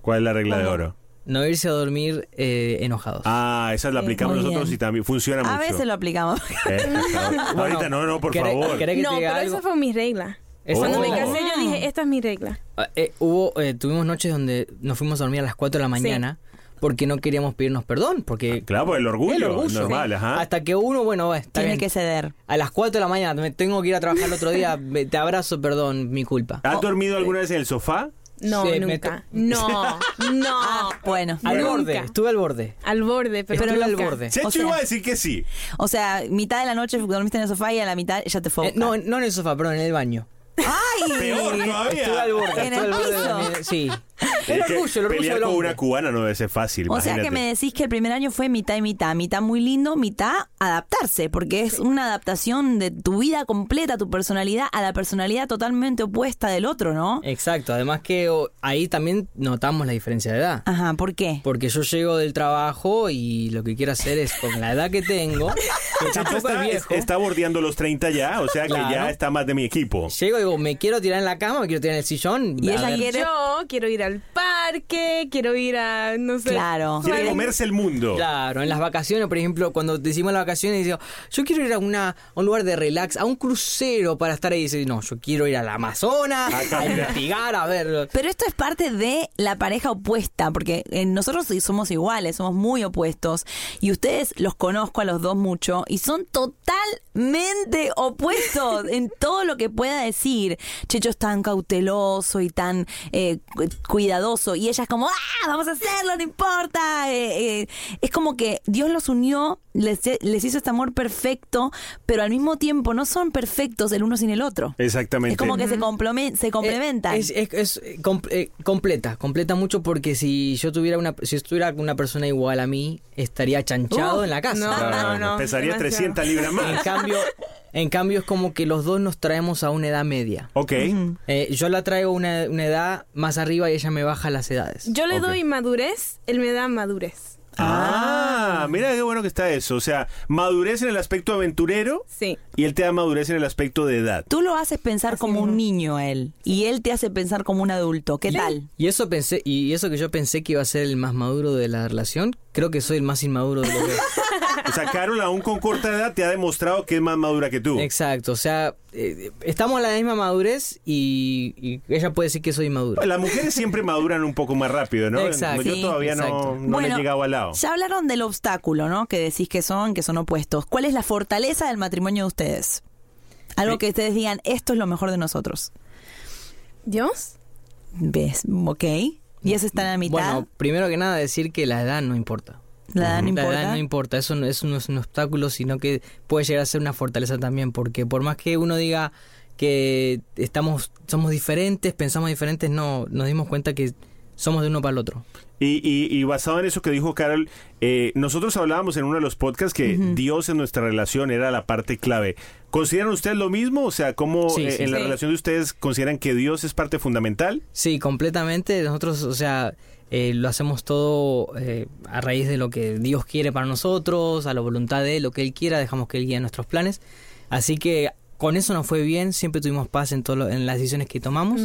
Speaker 3: ¿Cuál es la regla de oro?
Speaker 5: no irse a dormir eh, enojados.
Speaker 3: Ah, esa la aplicamos
Speaker 4: Eh, muy
Speaker 3: nosotros
Speaker 4: bien.
Speaker 3: y también funciona
Speaker 4: A
Speaker 3: mucho.
Speaker 4: veces lo aplicamos.
Speaker 3: Eh, por favor. Ahorita no, no, por
Speaker 5: ¿queré-
Speaker 3: favor.
Speaker 5: queré que
Speaker 6: No,
Speaker 5: te
Speaker 6: pero
Speaker 5: diga algo?
Speaker 6: esa fue mi regla.
Speaker 5: Esa
Speaker 6: Cuando me
Speaker 3: Oh.
Speaker 6: casé yo
Speaker 4: Ah.
Speaker 6: dije, esta es mi regla.
Speaker 5: Eh, hubo, eh, tuvimos noches donde nos fuimos a dormir a las 4 de la mañana porque no queríamos pedirnos perdón, porque
Speaker 3: Claro, por el orgullo,
Speaker 5: el orgullo.
Speaker 3: Ah, normal,
Speaker 5: Sí.
Speaker 3: ajá.
Speaker 5: Hasta que uno, bueno, va, está
Speaker 4: Tiene
Speaker 5: bien.
Speaker 4: que ceder.
Speaker 5: A las 4 de la mañana me tengo que ir a trabajar el otro día, me- te abrazo, perdón, mi culpa.
Speaker 4: Oh.
Speaker 3: ¿Has dormido alguna vez en el sofá?
Speaker 6: No,
Speaker 5: Sí, me Ah,
Speaker 6: nunca. No, no.
Speaker 4: Bueno.
Speaker 3: Ah,
Speaker 5: Al
Speaker 6: nunca.
Speaker 5: borde, estuve al borde.
Speaker 6: Al borde, pero,
Speaker 5: estuve al
Speaker 6: nunca.
Speaker 5: borde. Eh,
Speaker 3: Checho
Speaker 4: sea-
Speaker 3: iba a decir que sí.
Speaker 4: O sea, mitad de la noche dormiste en el sofá y a la mitad ya te fue. a
Speaker 5: Eh, no,
Speaker 4: buscar.
Speaker 5: no en el sofá, perdón, en el baño.
Speaker 4: ¡Ay!
Speaker 3: Peor
Speaker 5: Estuve al
Speaker 3: todavía.
Speaker 5: borde,
Speaker 4: En
Speaker 5: estuve
Speaker 4: el
Speaker 5: al borde de
Speaker 4: piso.
Speaker 5: mi- Sí.
Speaker 3: Es
Speaker 5: El
Speaker 3: que
Speaker 5: orgullo, el orgullo
Speaker 3: Pelear
Speaker 5: del
Speaker 3: con
Speaker 5: hombre.
Speaker 3: una cubana no debe ser fácil,
Speaker 4: O sea
Speaker 3: imagínate.
Speaker 4: que me decís que el primer año fue mitad y mitad, mitad muy lindo, mitad adaptarse, porque es una adaptación de tu vida completa, tu personalidad, a la personalidad totalmente opuesta del otro, ¿no?
Speaker 5: Eh. Exacto, además que oh, ahí también notamos la diferencia de edad.
Speaker 4: Ajá, ¿por qué?
Speaker 5: Porque yo llego del trabajo y lo que quiero hacer es, con la edad que tengo, que
Speaker 3: Checho
Speaker 5: tampoco es
Speaker 3: está,
Speaker 5: viejo.
Speaker 3: está bordeando los 30 ya, o sea que
Speaker 5: Claro.
Speaker 3: ya está más de mi equipo.
Speaker 5: Llego y digo, me quiero tirar en la cama, me quiero tirar en el sillón.
Speaker 4: Y
Speaker 5: a
Speaker 4: ella
Speaker 5: ver.
Speaker 4: quiere-
Speaker 6: Yo quiero ir al parque, quiero ir a, no sé.
Speaker 4: Claro.
Speaker 3: Quiere comerse el mundo.
Speaker 5: Claro, en las vacaciones, por ejemplo, cuando decimos las vacaciones, digo, yo quiero ir a, una, a un lugar de relax, a un crucero para estar ahí. Dice, no, yo quiero ir al Amazonas, a investigar, a ver.
Speaker 4: Pero esto es parte de la pareja opuesta, porque eh, nosotros sí somos iguales, somos muy opuestos, y ustedes los conozco a los dos mucho, y son totalmente opuestos en todo lo que pueda decir. Checho es tan cauteloso y tan eh, cu- cuidadoso, y ella es como, ¡ah! Vamos a hacerlo, no importa. Eh, eh, es como que Dios los unió, les, les hizo este amor perfecto, pero al mismo tiempo no son perfectos el uno sin el otro.
Speaker 3: Exactamente.
Speaker 4: Es como que se, complome- se complementan.
Speaker 5: Es, es- es, eh, com- eh, completa, completa mucho porque si yo tuviera una, si estuviera con una persona igual a mí, estaría chanchado
Speaker 6: Uh,
Speaker 5: en la casa.
Speaker 6: no, Claro, no, no,
Speaker 3: Ah, pesaría demasiado. 300 libras más.
Speaker 5: En cambio, en cambio es como que los dos nos traemos a una edad media.
Speaker 3: Ok.
Speaker 5: Eh, yo la traigo una, una edad más arriba y ella me baja las edades.
Speaker 6: Yo le doy madurez, él me da madurez.
Speaker 3: Ah, mira qué bueno que está eso. O sea, madurez en el aspecto aventurero
Speaker 6: Sí.
Speaker 3: y él te da madurez en el aspecto de edad.
Speaker 4: Tú lo haces pensar como un niño a él y él te hace pensar como un adulto. ¿Qué tal?
Speaker 5: Y eso pensé, y eso que yo pensé que iba a ser el más maduro de la relación, creo que soy el más inmaduro de los dos.
Speaker 3: O sea, Carol, aún con corta edad, te ha demostrado que es más madura que tú.
Speaker 5: Exacto, o sea, eh, estamos en la misma madurez y, y ella puede decir que soy inmaduro.
Speaker 3: Las mujeres siempre maduran un poco más rápido, ¿no?
Speaker 5: Exacto.
Speaker 3: Yo
Speaker 5: Sí,
Speaker 3: todavía no,
Speaker 5: exacto.
Speaker 3: no le he
Speaker 4: Bueno,
Speaker 3: llegado al lado.
Speaker 4: Ya hablaron del obstáculo, ¿no? Que decís que son, que son opuestos. ¿Cuál es la fortaleza del matrimonio de ustedes? Algo que ustedes digan, esto es lo mejor de nosotros.
Speaker 6: ¿Dios?
Speaker 4: ¿Ves? ¿Ok? Y eso está en la mitad.
Speaker 5: Bueno, primero que nada decir que la edad no importa.
Speaker 4: La edad no importa.
Speaker 5: edad no importa, eso no, eso no es un obstáculo, sino que puede llegar a ser una fortaleza también, porque por más que uno diga que estamos, somos diferentes, pensamos diferentes, no, nos dimos cuenta que somos de uno para el otro.
Speaker 3: Y, y- y basado en eso que dijo Carol, eh, nosotros hablábamos en uno de los podcasts que Dios en nuestra relación era la parte clave. ¿Consideran ustedes lo mismo? O sea, ¿cómo
Speaker 5: Sí,
Speaker 3: eh,
Speaker 5: sí.
Speaker 3: en la
Speaker 5: Sí.
Speaker 3: relación de ustedes consideran que Dios es parte fundamental?
Speaker 5: Sí, completamente. Nosotros, o sea, eh, lo hacemos todo eh, a raíz de lo que Dios quiere para nosotros, a la voluntad de Él, lo que Él quiera, dejamos que Él guíe nuestros planes. Así que con eso nos fue bien, siempre tuvimos paz en, todo lo- en las decisiones que tomamos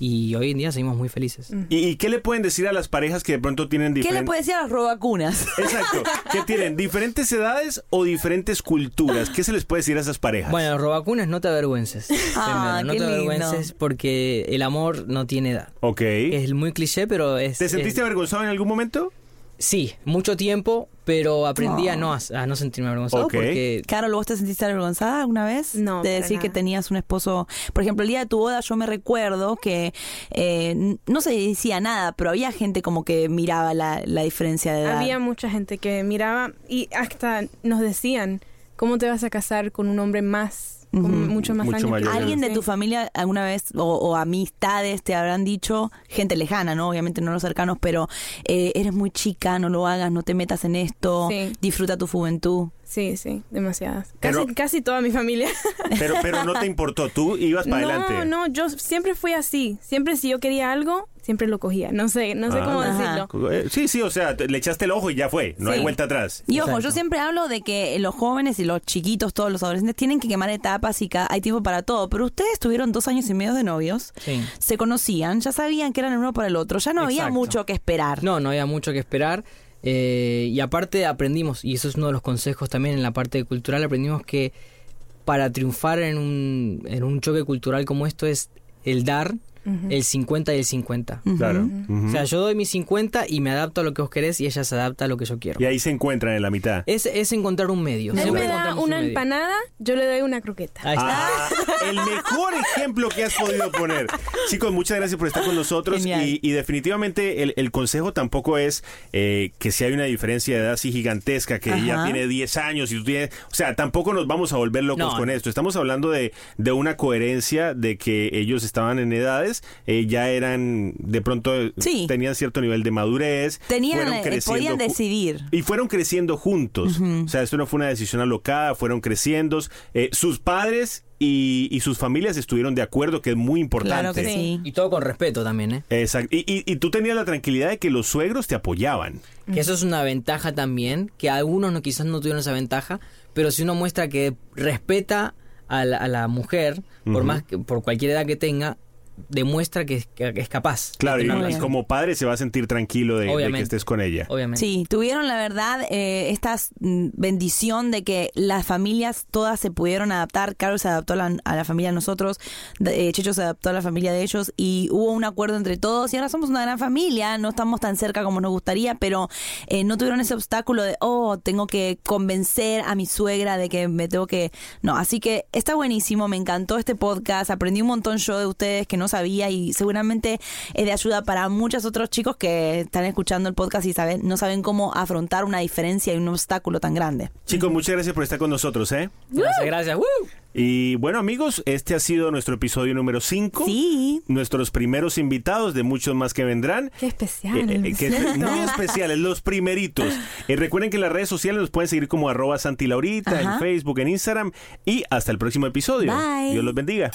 Speaker 5: y hoy en día seguimos muy felices.
Speaker 3: ¿Y, y qué le pueden decir a las parejas que de pronto tienen
Speaker 4: ¿Qué le
Speaker 3: diferentes...
Speaker 4: puede decir a los robacunas?
Speaker 3: Exacto. ¿Qué tienen? ¿Diferentes edades o diferentes culturas? ¿Qué se les puede decir a esas parejas?
Speaker 5: Bueno, robacunas, no te avergüences.
Speaker 4: Ah,
Speaker 5: Primero, no
Speaker 4: qué
Speaker 5: te
Speaker 4: lindo.
Speaker 5: avergüences porque el amor no tiene edad.
Speaker 3: ok.
Speaker 5: Es muy cliché, pero es...
Speaker 3: ¿Te sentiste
Speaker 5: es-
Speaker 3: avergonzado en algún momento?
Speaker 5: sí, mucho tiempo, pero aprendí a, no, a, a no sentirme avergonzado
Speaker 3: Ok.
Speaker 5: porque
Speaker 4: Carol, ¿vos te sentiste avergonzada alguna vez?
Speaker 6: No,
Speaker 4: De
Speaker 6: para
Speaker 4: decir que
Speaker 6: nada.
Speaker 4: tenías un esposo. Por ejemplo, el día de tu boda, yo me recuerdo que eh, n- no se decía nada, pero había gente como que miraba la, la diferencia de edad.
Speaker 6: Había mucha gente que miraba y hasta nos decían, ¿cómo te vas a casar con un hombre más, con mucho más
Speaker 3: Mucho
Speaker 6: años? que
Speaker 3: mayor.
Speaker 6: tú?"
Speaker 4: ¿Alguien de tu familia alguna vez o, o amistades te habrán dicho, gente lejana, ¿no? Obviamente no los cercanos, pero eh, eres muy chica, no lo hagas, no te metas en esto,
Speaker 6: Sí.
Speaker 4: disfruta tu juventud.
Speaker 6: Sí, sí, demasiadas. Casi,
Speaker 3: Pero-
Speaker 6: casi toda mi familia.
Speaker 3: Pero, pero no te importó, tú ibas para
Speaker 6: no,
Speaker 3: adelante.
Speaker 6: no, yo siempre fui así. Siempre si yo quería algo, siempre lo cogía. No sé, no sé
Speaker 3: Ah.
Speaker 6: cómo
Speaker 4: Ajá.
Speaker 6: decirlo.
Speaker 3: Eh, Sí, sí, o sea, te- le echaste el ojo y ya fue, no hay
Speaker 6: Sí.
Speaker 3: vuelta atrás.
Speaker 4: Y ojo,
Speaker 5: Exacto.
Speaker 4: yo siempre hablo de que los jóvenes y los chiquitos, todos los adolescentes, tienen que quemar etapas y ca- hay tiempo para todo. Pero ustedes tuvieron dos años y medio de novios,
Speaker 5: Sí.
Speaker 4: se conocían, ya sabían que eran el uno para el otro, ya no había
Speaker 5: Exacto.
Speaker 4: mucho que esperar.
Speaker 5: No, no había mucho que esperar. eh, y aparte aprendimos, y eso es uno de los consejos también en la parte cultural, aprendimos que para triunfar en un, en un choque cultural como esto es el dar el 50 y el 50.
Speaker 3: Claro.
Speaker 5: O
Speaker 3: Ujú.
Speaker 5: sea, yo doy mi 50 y me adapto a lo que vos querés y ella se adapta a lo que yo quiero.
Speaker 3: Y ahí se encuentran en la mitad.
Speaker 5: Es, es encontrar un medio.
Speaker 6: Él
Speaker 5: siempre
Speaker 6: me da
Speaker 5: encontramos un
Speaker 6: una
Speaker 5: medio.
Speaker 6: empanada, yo le doy una croqueta.
Speaker 5: Ahí está.
Speaker 3: Ah, el mejor ejemplo que has podido poner. Chicos, muchas gracias por estar con nosotros.
Speaker 4: Genial.
Speaker 3: Y, y definitivamente el, el consejo tampoco es eh, que si hay una diferencia de edad así gigantesca, que ella
Speaker 4: Ajá.
Speaker 3: tiene 10 años y tú tienes... O sea, tampoco nos vamos a volver locos
Speaker 5: No,
Speaker 3: con
Speaker 5: no.
Speaker 3: esto. Estamos hablando de, de una coherencia de que ellos estaban en edades, eh, ya eran, de pronto eh,
Speaker 4: Sí.
Speaker 3: tenían cierto nivel de madurez,
Speaker 4: Tenían,
Speaker 3: fueron
Speaker 4: eh,
Speaker 3: creciendo
Speaker 4: podían
Speaker 3: ju-
Speaker 4: decidir.
Speaker 3: y fueron creciendo juntos. O sea, esto no fue una decisión alocada, fueron creciendo. Eh, sus padres y, y sus familias estuvieron de acuerdo, que es muy importante.
Speaker 4: Claro que sí.
Speaker 5: Y todo con respeto también, ¿eh?
Speaker 3: Exacto. Y, y- y tú tenías la tranquilidad de que los suegros te apoyaban.
Speaker 5: Que eso es una ventaja también, que algunos no, quizás no tuvieron esa ventaja, pero si uno muestra que respeta a la, a la mujer, por más que, por cualquier edad que tenga, demuestra que, es- que es capaz. de
Speaker 3: Claro, y,
Speaker 5: tener
Speaker 3: y
Speaker 5: una
Speaker 4: bien.
Speaker 3: como padre se va a sentir tranquilo de- de, que
Speaker 5: Obviamente.
Speaker 3: estés con ella.
Speaker 5: Obviamente.
Speaker 4: Sí, tuvieron la verdad eh, esta s- mm, bendición de que las familias todas se pudieron adaptar. Carlos se adaptó a la, a la familia de nosotros, de- eh, Checho se adaptó a la familia de ellos y hubo un acuerdo entre todos y ahora somos una gran familia. No estamos tan cerca como nos gustaría, pero eh, no tuvieron ese obstáculo de, oh, tengo que convencer a mi suegra de que me tengo que... No, así que está buenísimo, me encantó este podcast, aprendí un este, montón yo de ustedes que no no sabía y seguramente es de ayuda para muchos otros chicos que están escuchando el podcast y saben, no saben cómo afrontar una diferencia y un obstáculo tan grande.
Speaker 3: Chicos, muchas gracias por estar con nosotros, ¿eh?
Speaker 5: Gracias, gracias. ¡Woo!
Speaker 3: Y bueno, amigos, este ha sido nuestro episodio número 5.
Speaker 4: Sí.
Speaker 3: Nuestros primeros invitados, de muchos más que vendrán.
Speaker 6: Qué especial.
Speaker 3: Eh, eh, que es
Speaker 6: Luisito.
Speaker 3: muy especiales, los primeritos. Eh, recuerden que en las redes sociales nos pueden seguir como arroba Santi Laurita, en
Speaker 7: Ajá.
Speaker 3: Facebook, en Instagram. Y hasta el próximo episodio.
Speaker 7: Bye.
Speaker 3: Dios los bendiga.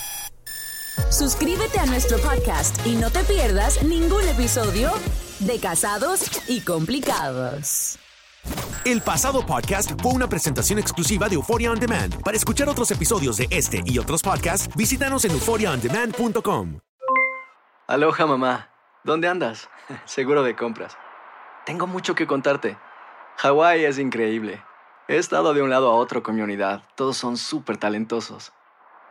Speaker 7: Suscríbete a nuestro podcast y no te pierdas ningún episodio de Casados y Complicados.
Speaker 2: El pasado podcast fue una presentación exclusiva de Euphoria On Demand. Para escuchar otros episodios de este y otros podcasts, visítanos en euphoriaondemand.com.
Speaker 9: Aloha, mamá. ¿Dónde andas? Seguro de compras. Tengo mucho que contarte. Hawái es increíble. He estado de un lado a otro con mi unidad. Todos son súper talentosos.